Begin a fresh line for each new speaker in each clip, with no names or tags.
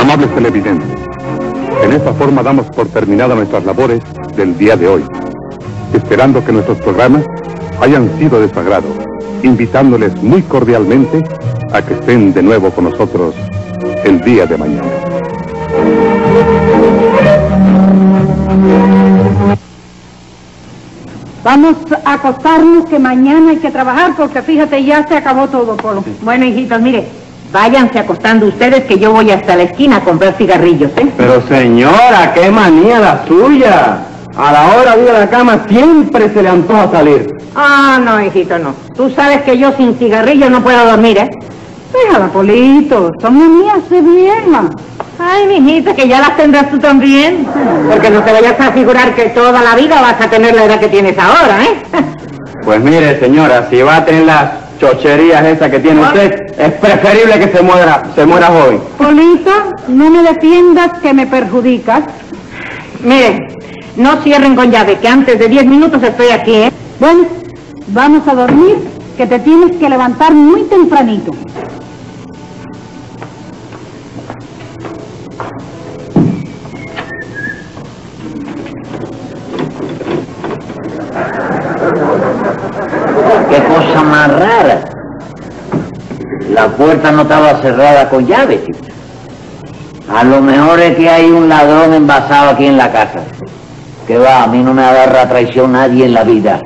Amables televidentes, en esta forma damos por terminada nuestras labores del día de hoy, esperando que nuestros programas hayan sido de su agrado, invitándoles muy cordialmente a que estén de nuevo con nosotros el día de mañana.
Vamos a acostarnos que mañana hay que trabajar porque fíjate, ya se acabó todo, Polo.
Bueno, hijitos, mire, váyanse acostando ustedes que yo voy hasta la esquina a comprar cigarrillos, ¿eh?
Pero señora, qué manía la suya. A la hora de ir a la cama siempre se le antoja salir.
Ah, no, hijito, no. Tú sabes que yo sin cigarrillo no puedo dormir, ¿eh?
Déjala, Polito, son mías de vieja.
Ay, mijita, que ya las tendrás tú también. Porque no te vayas a figurar que toda la vida vas a tener la edad que tienes ahora, ¿eh?
Pues mire, señora, si va a tener las chocherías esas que tiene usted, es preferible que se muera, se muera joven.
Polito, no me defiendas que me perjudicas.
Miren, no cierren con llave, que antes de 10 minutos estoy aquí, ¿eh?
Bueno, vamos a dormir, que te tienes que levantar muy tempranito.
Qué cosa más rara. La puerta no estaba cerrada con llave, chico. A lo mejor es que hay un ladrón envasado aquí en la casa. Que va, a mí no me agarra traición nadie en la vida.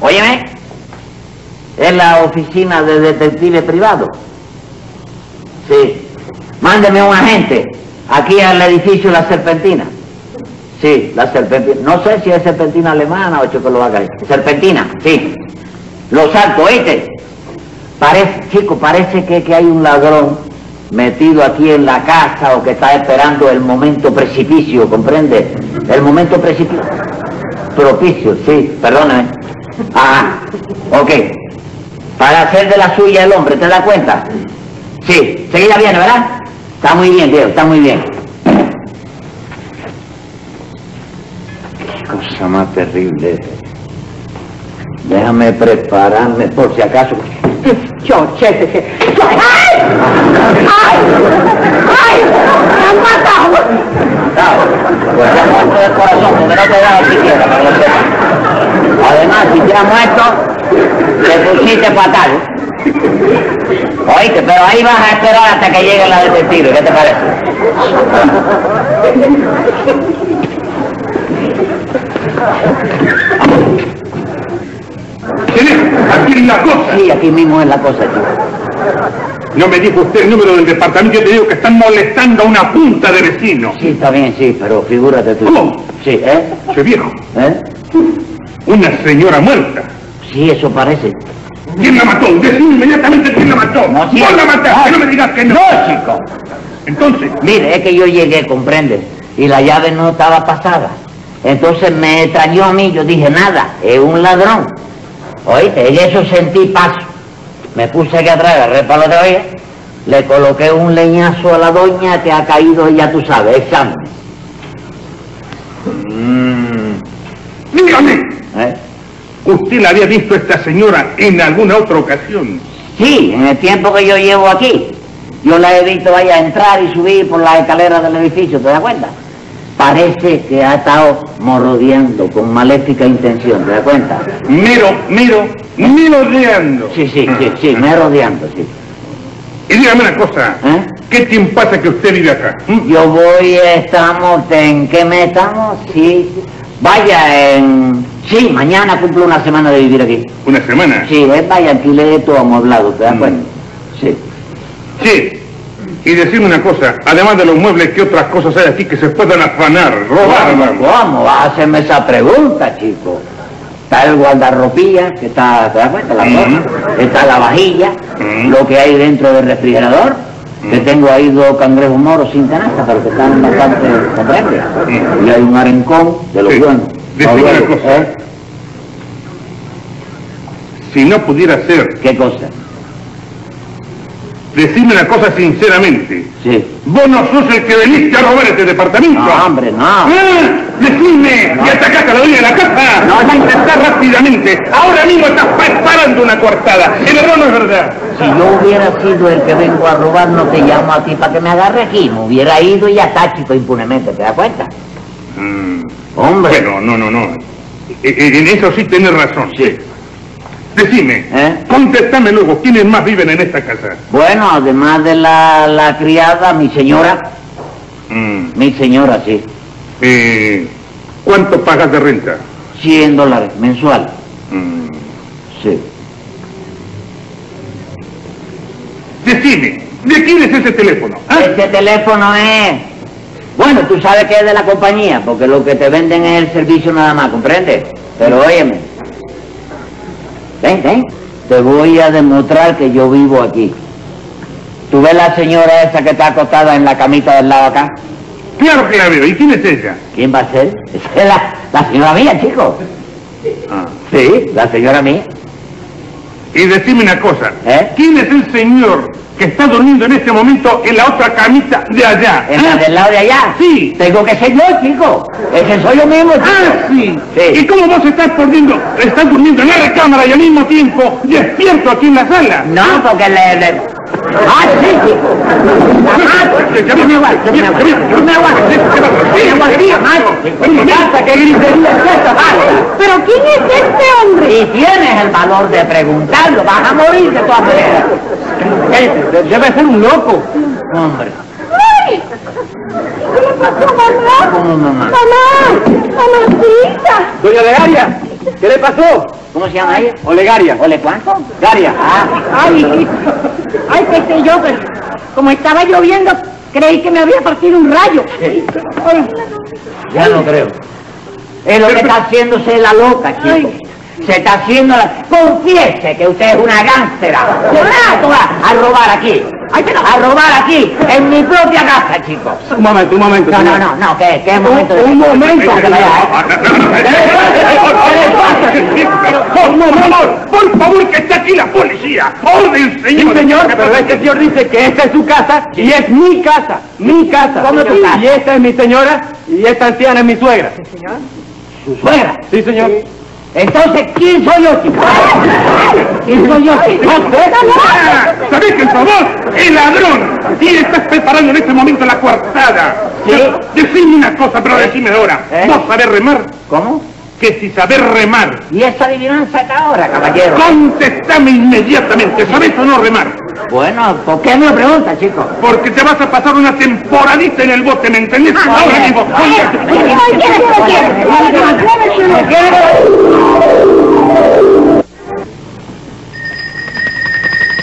Óyeme, es la oficina de detective privado. Sí. Mándeme un agente aquí al edificio La Serpentina. Sí, la serpentina. No sé si es serpentina alemana o checoslovaca. Serpentina, sí. Lo salto, ¿oíste? Parece, chico, parece que, que hay un ladrón metido aquí en la casa o que está esperando el momento precipicio, ¿comprende? El momento precipicio. Propicio, sí, perdóname. Ajá, ok. Para hacer de la suya el hombre, ¿te das cuenta? Sí, seguida bien, ¿verdad? Está muy bien, Diego, está muy bien. Qué cosa más terrible. Déjame prepararme por si acaso.
Chochete. ¡Ay! ¡Ay! ¡Ay! ¡Me han matado!
Claro, pues ya muerto del corazón, porque no te da lo que quieras, para que lo sepas. Además, si te has muerto, te pusiste fatal. Oíste, pero ahí vas a esperar hasta que llegue la detective, ¿qué te parece?
¿Quién es? Aquí la cosa.
Sí, aquí mismo es la cosa, chico.
No me dijo usted el número del departamento, yo te digo que están molestando a una punta de vecinos.
Sí, está bien, sí, pero figúrate tú.
¿Cómo?
Sí, ¿eh?
Che viejo,
¿Eh?
una señora muerta.
Sí, eso parece.
¿Quién la mató? Decime inmediatamente quién la mató.
No, sí.
Vos la mataste, no me digas que no.
No, chico.
Entonces,
Mire, es que yo llegué, comprende, y la llave no estaba pasada. Entonces me extrañó a mí, yo dije, nada, es un ladrón. Oíste, en eso sentí paso. Me puse aquí atrás, agarré palo de olla, le coloqué un leñazo a la doña, te ha caído, ya tú sabes, examen. Mm,
dígame,
¿eh?
¿usted la había visto a esta señora en alguna otra ocasión?
Sí, en el tiempo que yo llevo aquí, yo la he visto vaya entrar y subir por las escaleras del edificio, ¿te das cuenta? Parece que ha estado morrodeando con maléfica intención, ¿te das cuenta?
Mero, mero, merodeando. Ah.
Sí, sí, sí, sí, me rodeando, sí.
Y dígame una cosa,
¿Eh?
¿qué tiempo hace que usted vive acá? ¿Mm?
Yo voy, estamos, ¿en qué mes estamos? Sí, vaya, en... Sí, mañana cumplo una semana de vivir aquí.
¿Una semana?
Sí, es vaya alquiler todo amueblado, ¿te das
Mm.
cuenta? Sí.
Sí. Y decime una cosa, además de los muebles, ¿qué otras cosas hay aquí que se puedan afanar, robar?
¿Cómo,
vamos?
¿Cómo va a hacerme esa pregunta, chico? Está el guardarropilla, que está, ¿te das cuenta? La
Mm.
cosa. Está la vajilla,
Mm.
lo que hay dentro del refrigerador, que tengo ahí dos cangrejos moros sin canasta, pero que están bastante, ¿comprende?
Mm.
Y hay un arencón de los
Sí.
buenos.
Decime
Los
una
buenos,
cosa.
¿eh?
Si no pudiera ser
¿Qué cosa?
Decime una cosa sinceramente.
Sí.
Vos no sos el que veniste a robar este departamento.
No, hombre, no.
¡Ah! ¡Decime! ¡Y atacaste a la dueña de la casa! ¡No, a intentar rápidamente! ¡Ahora mismo estás preparando una coartada! ¡El error no es verdad!
Si yo hubiera sido el que vengo a robar, no te llamo a ti para que me agarre aquí. Me hubiera ido y ya tácito impunemente, ¿te das cuenta?
Mm,
Hombre.
Bueno, no, no, no. E- e- En eso sí tenés razón.
Sí.
Decime,
¿Eh?
contestame luego, ¿quiénes más viven en esta casa?
Bueno, además de la, la criada, mi señora.
Mm,
Mi señora, sí.
eh, ¿Cuánto pagas de renta?
100 dólares mensual.
Mm,
Sí.
Decime, ¿de quién es ese teléfono? ah?
Este teléfono es... Bueno, tú sabes que es de la compañía, porque lo que te venden es el servicio nada más, ¿comprendes? Pero óyeme. Ven, ven. Te voy a demostrar que yo vivo aquí. ¿Tú ves la señora esa que está acostada en la camita del lado acá?
Claro que la veo, ¿y quién es ella?
¿Quién va a ser? Esa es la, la señora mía, chico.
Ah,
Sí, la señora mía.
Y decime una cosa,
¿Eh?
¿quién es el señor que está durmiendo en este momento en la otra camita de allá?
¿En la
ah?
del lado de allá?
Sí.
Tengo que ser yo, chico. Ese soy yo mismo, chico.
Ah, sí. ¿Y
Sí.
cómo vos estás poniendo, estás durmiendo en la recámara y al mismo tiempo despierto aquí en la sala?
No, porque le... le- Ah, sí, chico. Ajá.
Ya me voy, ya me voy, ya me voy.
Yo me voy. Yo me voy, macho. ¿Qué pasa? ¿Qué gritería es esa? Basta.
¿Pero quién es este hombre?
Si tienes el valor de preguntarlo, vas a morir de todas maneras.
Debe ser un loco.
Hombre,
¡Ay! ¿Qué le pasó, mamá?
¿cómo mamá?
¡Mamá! ¡Mamacita!
Doña Olegaria, ¿qué le pasó?
¿Cómo se llama ella?
Olegaria.
¿Ole cuánto?
Olegaria.
Ah,
¡Ay! ¡Ay, qué sé yo! Pero como estaba lloviendo, creí que me había partido un rayo. Ay,
ya no creo. Es lo que está haciéndose la loca, chico.
Ay.
Se está haciendo la... Confiese que usted es una gángstera. ¡Correcto! A robar aquí. A robar aquí, en mi propia casa, chicos.
Un momento, un momento.
No, no,
señor.
no, no, que, que es momento de...
Un momento.
Que vaya, ¿eh?
Por favor, por favor, que está aquí la policía. Orden,
Sí,
señor.
señor, pero este señor dice que esta es su casa y es mi casa, mi casa.
¿Cómo es tu
Sí,
casa?
Y esta es mi señora y esta anciana es mi suegra.
Su suegra.
Sí, señor.
eh, Entonces, ¿quién soy yo, chico? ¿Quién soy yo, chico?
No sé.
Ah, ¿Sabés quién sos vos? ¡El ladrón! Sí, estás preparando en este momento la coartada.
Sí.
De- Decime una cosa, pero decime ahora.
¿Eh?
¿Vos sabés remar?
¿Cómo?
Que si sabés remar,
¿Y esa adivinanza está ahora, caballero?
contestame inmediatamente. ¿Sabés o no remar?
Bueno, ¿por qué me lo pregunta, chico?
Porque te vas a pasar una temporadita en el bote, ¿me entendés?
Ah,
Ahora mismo. contesta.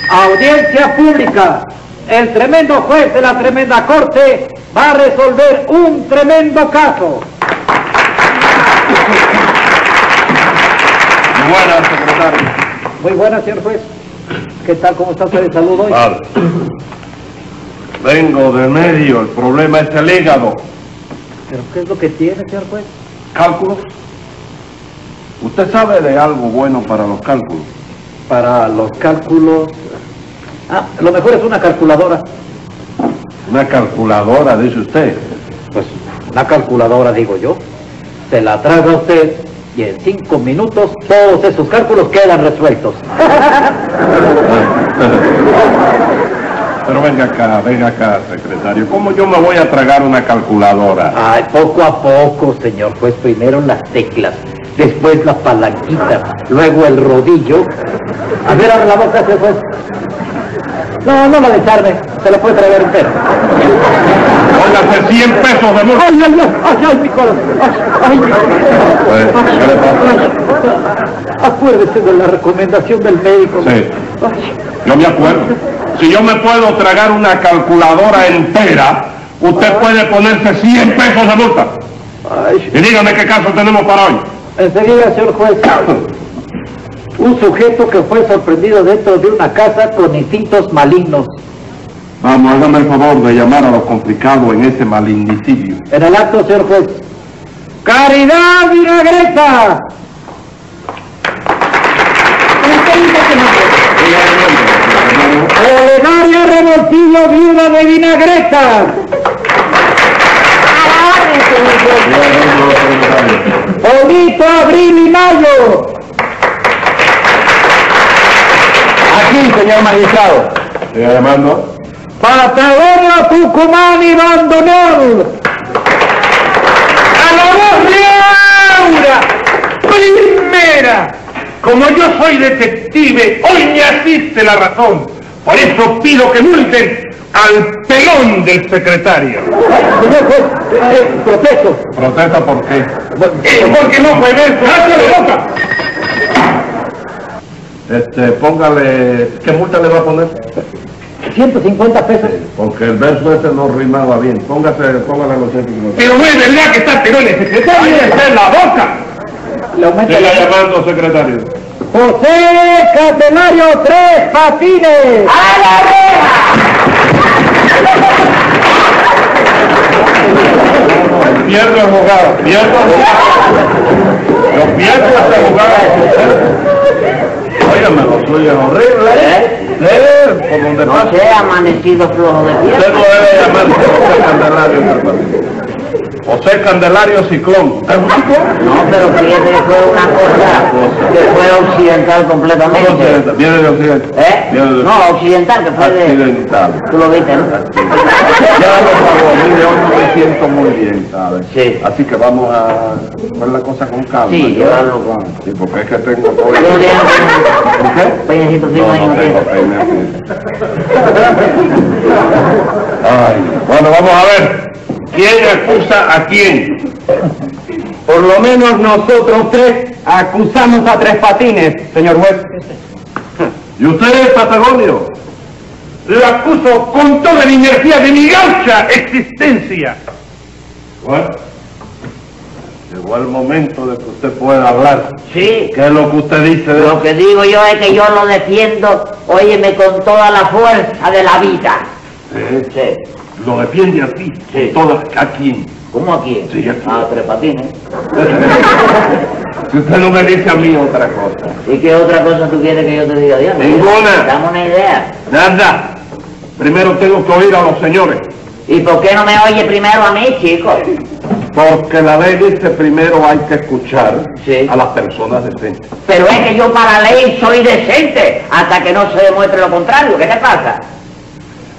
Audiencia pública. El tremendo juez de la tremenda corte va a resolver un tremendo caso.
Buenas, secretario.
Muy buenas, señor juez. ¿Qué tal? ¿Cómo está usted de salud hoy?
Padre, vengo de medio, el problema es el hígado.
¿Pero qué es lo que tiene, señor juez?
¿Cálculos? ¿Usted sabe de algo bueno para los cálculos?
Para los cálculos... Ah, lo mejor es una calculadora.
Una calculadora, dice usted.
Pues una calculadora, digo yo. Se la traga usted y en cinco minutos todos esos cálculos quedan resueltos.
Pero venga acá, venga acá, secretario. ¿Cómo yo me voy a tragar una calculadora?
Ay, poco a poco, señor juez. Primero las teclas, después las palanquitas, luego el rodillo. A ver, abre la boca, señor juez. No, no la desarme. Se la puede tragar entero.
Póngase 100 pesos de multa.
¡Ay, ay, ay! ¡Ay, ay, mi corazón! ¡Ay, ay, mi corazón!
Eh, ¿qué le pasa?
Acuérdese de la recomendación del médico.
Sí.
Ay,
Yo me acuerdo. Si yo me puedo tragar una calculadora entera, usted puede ponerse 100 pesos de multa.
ay.
Y dígame qué caso tenemos para hoy.
Enseguida, señor juez. Un sujeto que fue sorprendido dentro de una casa con instintos malignos.
Vamos, hágame el favor de llamar a los complicados en este ese malignicidio.
En el acto, señor juez. ¡Caridad Vinagreta! ¡Olegaria revoltillo viuda de vinagreta. Bonito abril y mayo. Aquí, señor magistrado.
Señor Armando.
Patagonia, Tucumán y Bandoneón.
¡A la voz de Aura! ¡Primera! Como yo soy detective, hoy me asiste la razón. Por eso pido que multen al pelón del secretario.
Señor juez, eh, protesto.
¿Protesta por qué?
Eh,
porque no fue eso. de boca! Este, póngale... ¿Qué multa le va a poner?
150 pesos.
Porque el verso ese no rimaba bien. Póngase, póngale los céntimos. Pero no es verdad que está pelón el secretario. ¡Cállese la boca!
Le aumenta
Siga llamando, secretario.
José Catenario Tres Patines.
Pierdo el abogado, pierdo abogado. Lo pierdo hasta abogado. Óigame, lo suyo es horrible. ¿Eh? Por donde
No
pase.
se ha amanecido flojo de pie.
Usted no debe llamarse José Candelario Carpatino. José Candelario Ciclón. ¿Usted ¿Es un ciclón?
No, pero fíjate que fue una cosa que fue occidental
¿Cómo se
completamente.
dice? Viene de Occidente.
¿Eh?
Viene de
No, occidental,
Eh,
que fue de...
Occidental.
Tú lo viste, ¿no?
Ya lo favor, mire, hoy no me siento muy bien, ¿sabes?
Sí.
Así que vamos a ver la cosa con calma.
Sí,
yo
llevarlo con...
Sí, porque es que tengo todo
Yo le hago
¿Por qué?
un pellejito fino
No,
ahí,
no
¿no
tengo
tienes?
peine, sí. Ay, bueno, vamos a ver. ¿Quién acusa a quién?
Por lo menos nosotros tres acusamos a Tres Patines, señor juez.
¿Y usted es Patagonio? Lo acuso con toda la energía de mi gaucha existencia. Bueno, llegó el momento de que usted pueda hablar.
Sí.
¿Qué es lo que usted dice de
Lo que digo yo es que yo lo defiendo, óyeme, con toda la fuerza de la vida.
Sí.
Sí.
Lo defiende a ti,
Sí.
con toda, ¿a quién?
¿Cómo aquí?
Sí, aquí.
Ah, Tres Patines.
Si usted no me dice a mí otra cosa.
¿Y qué otra cosa tú quieres que yo te diga, Dios?
Ninguna.
Dame una idea.
Nada. Primero tengo que oír a los señores.
¿Y por qué no me oye primero a mí, chico?
Porque la ley dice primero hay que escuchar
Sí.
a las personas decentes.
Pero es que yo para ley soy decente hasta que no se demuestre lo contrario. ¿Qué te pasa?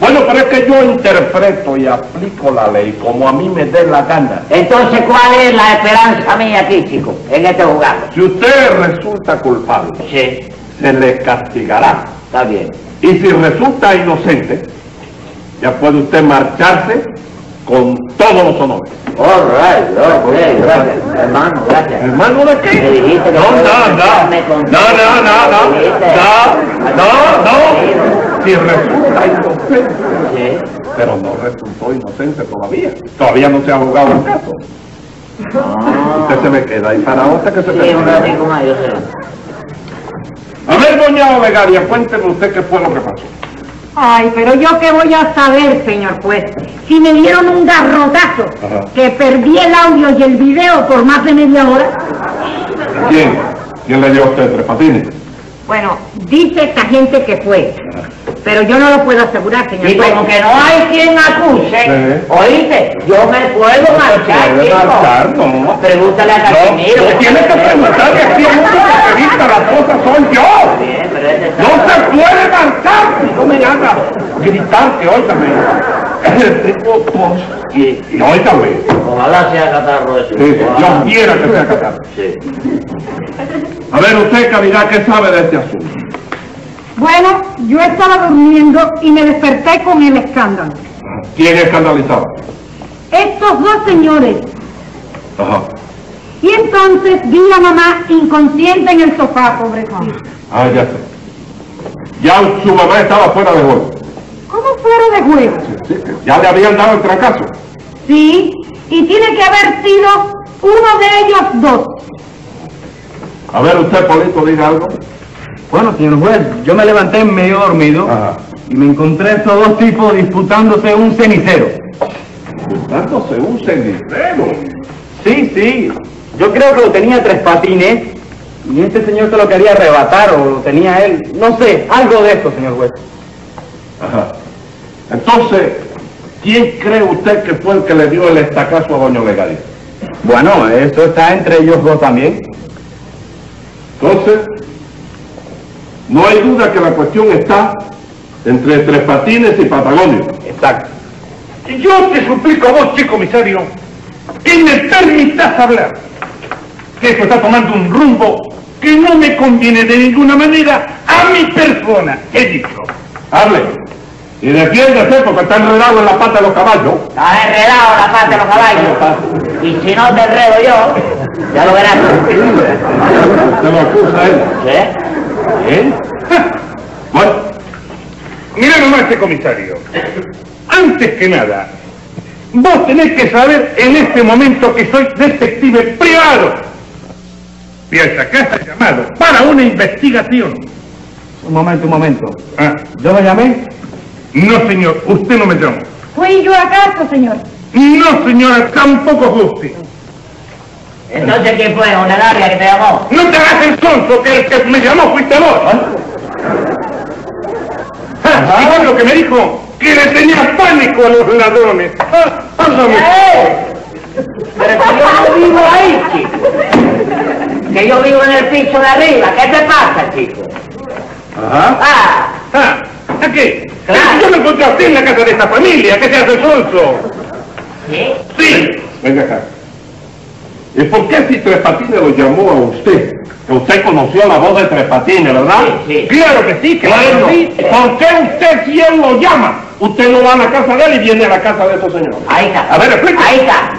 Bueno, pero es que yo interpreto y aplico la ley como a mí me dé la gana.
Entonces, ¿cuál es la esperanza mía aquí, chico, en este jugado?
Si usted resulta culpable,
Sí,
se le castigará.
está bien.
Y si resulta inocente, ya puede usted marcharse con todos los honores.
All right, okay, gracias. Hermano, gracias.
¿Hermano de
Me dijiste que
No, no,
puedo
no.
sentarme
No, no,
contigo.
no, no.
Me dijiste.
No, no, no. Si resulta inocente.
Sí.
Pero no resultó inocente todavía. Todavía no se ha jugado el caso. Usted se me queda ahí para otra que se
Ah. Sí, un
termine.
ratico más, yo sé.
A ver, doña Ovegaria, cuénteme usted qué fue lo que pasó.
Ay, pero yo qué voy a saber, señor juez, si me dieron un garrotazo,
Ajá.
que perdí el audio y el video por más de media hora.
¿Quién? ¿Quién le dio a usted tres patines?
Bueno, dice esta gente que fue, pero yo no lo puedo asegurar, señor
Y
juez.
como que no hay quien acuse,
Sí.
¿oíste? Yo me puedo marchar,
puede marchar,
chico.
no.
Pregúntale a
No,
Casimiro.
no tiene que preguntar que aquí el único que revista las cosas soy yo.
Bien, pero ese está-
¡No se puede marchar! No me hagas gritar que óigame. Es el tipo pues, y, y óigame.
Ojalá sea catarro ese.
Yo
Ojalá.
quiera que sea capaz.
Sí.
A ver, usted, Caridad, ¿qué sabe de este asunto?
Bueno, yo estaba durmiendo y me desperté con el escándalo.
¿Quién escandalizado?
Estos dos señores.
Ajá.
Y entonces vi a mamá inconsciente en el sofá, pobrecita.
Ah, ya sé. Ya su mamá estaba fuera de juego.
¿Cómo fuera de juego?
Ya le habían dado el fracaso.
Sí, y tiene que haber sido uno de ellos dos.
A ver, usted, Polito, diga algo.
Bueno, señor juez, yo me levanté medio dormido
Ajá.
y me encontré estos dos tipos disputándose un cenicero.
Dándose un cenicero.
Sí, sí. Yo creo que lo tenía Tres Patines y este señor se lo quería arrebatar o lo tenía él. No sé, algo de esto, señor juez.
Ajá. Entonces, ¿quién cree usted que fue el que le dio el estacazo a doña Olegaria?
Bueno, eso está entre ellos dos también.
Entonces, no hay duda que la cuestión está entre Tres Patines y Patagonia.
Exacto.
Yo te suplico a vos, chico comisario, que me permitas hablar. Que esto está tomando un rumbo que no me conviene de ninguna manera a mi persona, he dicho. Hable. Y defiéndase porque está enredado en la pata de los caballos.
Estás enredado la parte de los caballos. Y si no te enredo yo, ya lo verás.
Se lo acusa él.
¿Eh?
¿Eh? Bueno, mira nomás este comisario. Antes que nada, vos tenés que saber en este momento que soy detective privado. Y hasta acá está llamado para una investigación.
Un momento, un momento.
Ah,
¿Yo me llamé?
no, señor, usted no me llamó.
¿Fui yo acaso, señor?
No, señora, tampoco es usted.
Entonces, ¿quién fue? ¿Una larga que te llamó?
No te hagas el sonso, que el que me llamó fuiste vos. Ah, y vos lo que me dijo, que le tenía pánico a los ladrones. Ah, ándame.
¡Eh! Pero si yo no vivo ahí, chico. Que yo vivo en el piso de arriba. ¿Qué te pasa, chico?
Ajá.
Ah,
Ah, ¿a qué?
Claro.
Yo lo encontré a usted en la casa de esta familia, que se hace el sonso.
¿sí?
Sí. Venga acá. ¿Y por qué si Tres Patines lo llamó a usted? Que usted conoció la voz de Tres Patines, ¿verdad?
Sí, sí.
Claro que sí, que la
Bueno.
conocí. ¿Por qué usted si él lo llama? Usted no va a la casa de él y viene a la casa de estos señores.
Ahí está.
A ver, explique.
Ahí está.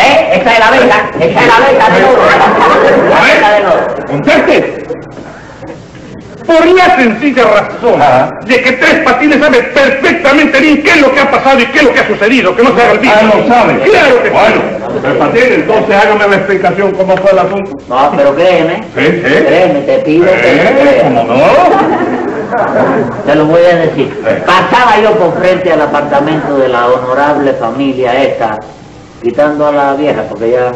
¿Eh? Esa es la venta. Esa es la venta de oro.
A
La
ver.
venta de oro.
Conteste. Por la sencilla razón
Ajá.
de que Tres Patines sabe perfectamente bien qué es lo que ha pasado y qué es lo que ha sucedido, que no se haga el vivo.
Ah, lo sabe.
Claro que Bueno, Tres Patines, entonces hágame la explicación cómo fue el asunto.
No, pero créeme.
Sí, sí.
Créeme, te pido que me
Eh,
creas.
¿Cómo no?
Te lo voy a decir.
Eh.
Pasaba yo por frente al apartamento de la honorable familia esta, quitando a la vieja, porque ya...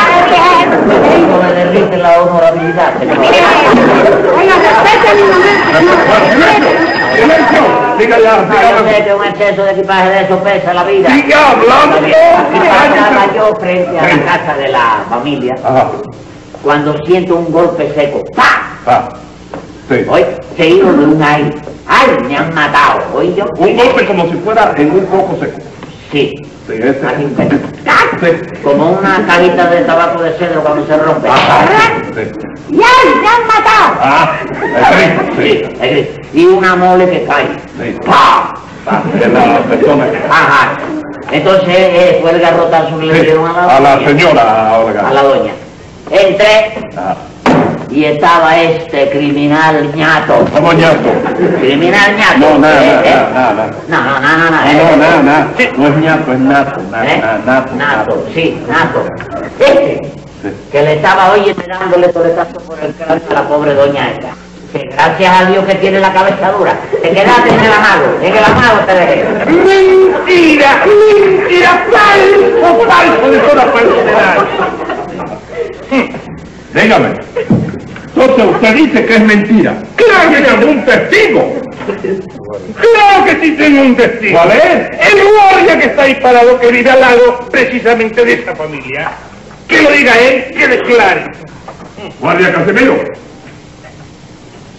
No me derrite la honorabilidad, señor.
Oiga, respete mi momento.
¡Silencio! Diga ya,
Ah, Yo
diga
sé
ya.
que un exceso de equipaje de eso pesa la vida.
Siga hablando.
Y pasaba yo frente a
Sí.
la casa de la familia
Ajá,
cuando siento un golpe seco. ¡Pa!
ah, sí.
Hoy seguido de un aire. ¡Ay, me han matado! ¿Oí yo?
Un golpe como si fuera en un poco seco.
Sí.
Sí, este.
Así fue.
Sí,
Como una cajita de tabaco de cedro cuando se rompe.
Ah, sí.
¡Ya! ¡Me han matado!
Ah, es
Sí,
rico, sí.
es gris. Y una mole que cae.
Sí.
¡Pa!
Ah, de la persona.
Ajá. Entonces eh, fue el garrotazo que le
Sí,
dieron a la
a la
doña.
señora
A la
Olga.
doña. Entré
Ah,
y estaba este criminal ñato.
¿Cómo ñato?
Criminal ñato.
No, nada,
Eh, eh.
nada, nada, nada.
No, no, no, no, no. eh,
No,
eh.
nada, nada. No es ñato, es nato, nada,
¿Eh?
nada, nato.
Nato, sí, Nato. Este,
Sí.
que le estaba hoy dándole toletazo por el cráneo a la pobre doña esta. Que gracias a Dios que tiene la cabeza dura. Te quedaste en el amado, en el amado te dejé.
¡Mentira! ¡Mentira! ¡Falso! ¡Falso de toda falsedad! Dígame. Entonces usted dice que es mentira. ¡Claro que tengo un testigo! ¡Claro que sí tengo un testigo!
¿Cuál es?
El guardia que está ahí parado, que vive al lado precisamente de esa familia. Que lo diga él, que declare. Guardia Casemiro.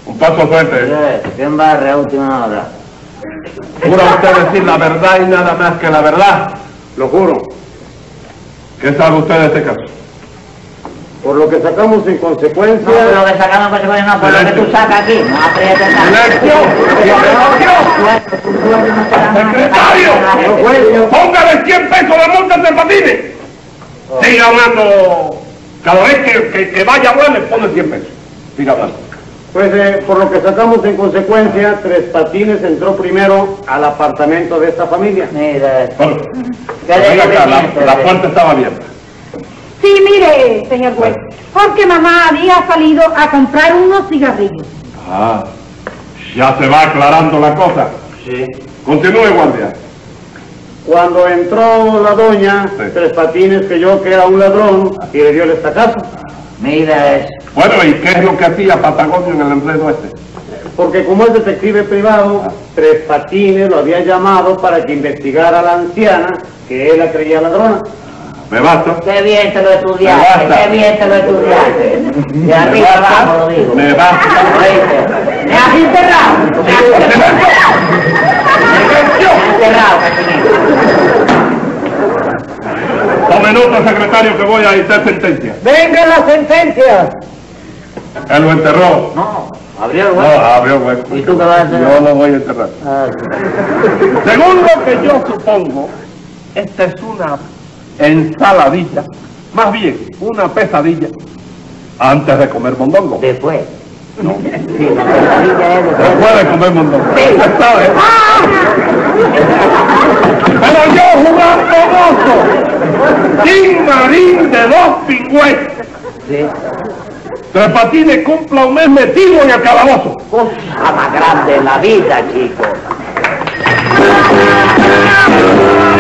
Un paso ¿eh? fuerte.
¿Quién barre a última hora?
Jura usted decir la verdad y nada más que la verdad. Lo juro. ¿Qué sabe usted de este caso?
Por lo que sacamos sin
No,
consecuencia...
por lo que sacamos pues consecuencias, no, por lo que tú sacas aquí, no aprietes
¡Silencio! ¡Silencio!
No,
¡Secretario!
juez, yo-
¡Póngale 100 pesos de multa de patines! Siga hablando. Cada vez que, que, que vaya a hablar, le pone 100 pesos. Siga hablando.
Pues eh, por lo que sacamos en consecuencia, Tres Patines entró primero al apartamento de esta familia.
Mira,
Bueno,
¿Qué le
venga acá,
conveniente,
la, la
eh?
puerta estaba abierta.
Sí, mire, señor juez, porque mamá había salido a comprar unos cigarrillos.
Ah, ya se va aclarando la cosa.
Sí.
Continúe, guardia.
Cuando entró la doña,
Sí.
Tres Patines creyó que era un ladrón y le dio el estacazo.
Mira eso.
Bueno, ¿y qué es lo que hacía Patagonio en el enredo este?
Porque como el detective privado, Tres Patines lo había llamado para que investigara a la anciana que él la creía ladrona.
¿Me basta?
Qué bien te lo estudiaste,
Me basta.
qué bien te lo estudiaste. De arriba abajo lo digo.
Me basta.
¿Oíste? Me has enterrado. Me has enterrado. Me has enterrado, Casimiro.
Tome nota, secretario, que voy a dictar sentencia.
¡Venga la sentencia!
Él lo enterró.
No, abrió el
No,
hueco.
abrió hueco.
¿Y tú qué vas a hacer? Ah,
Yo lo voy a enterrar.
Ay.
Según lo que yo supongo, esta es una ensaladilla, más bien una pesadilla, antes de comer mondongo.
Después.
No.
Sí, la pesadilla es después.
Después de comer mondongo.
Sí.
Ya sabes. Pero yo jugar famoso, sin marín de dos pingües,
Sí.
tres patines cumpla un mes metido en el calabozo.
Cosa más grande en la vida, chico.
¡Vamos!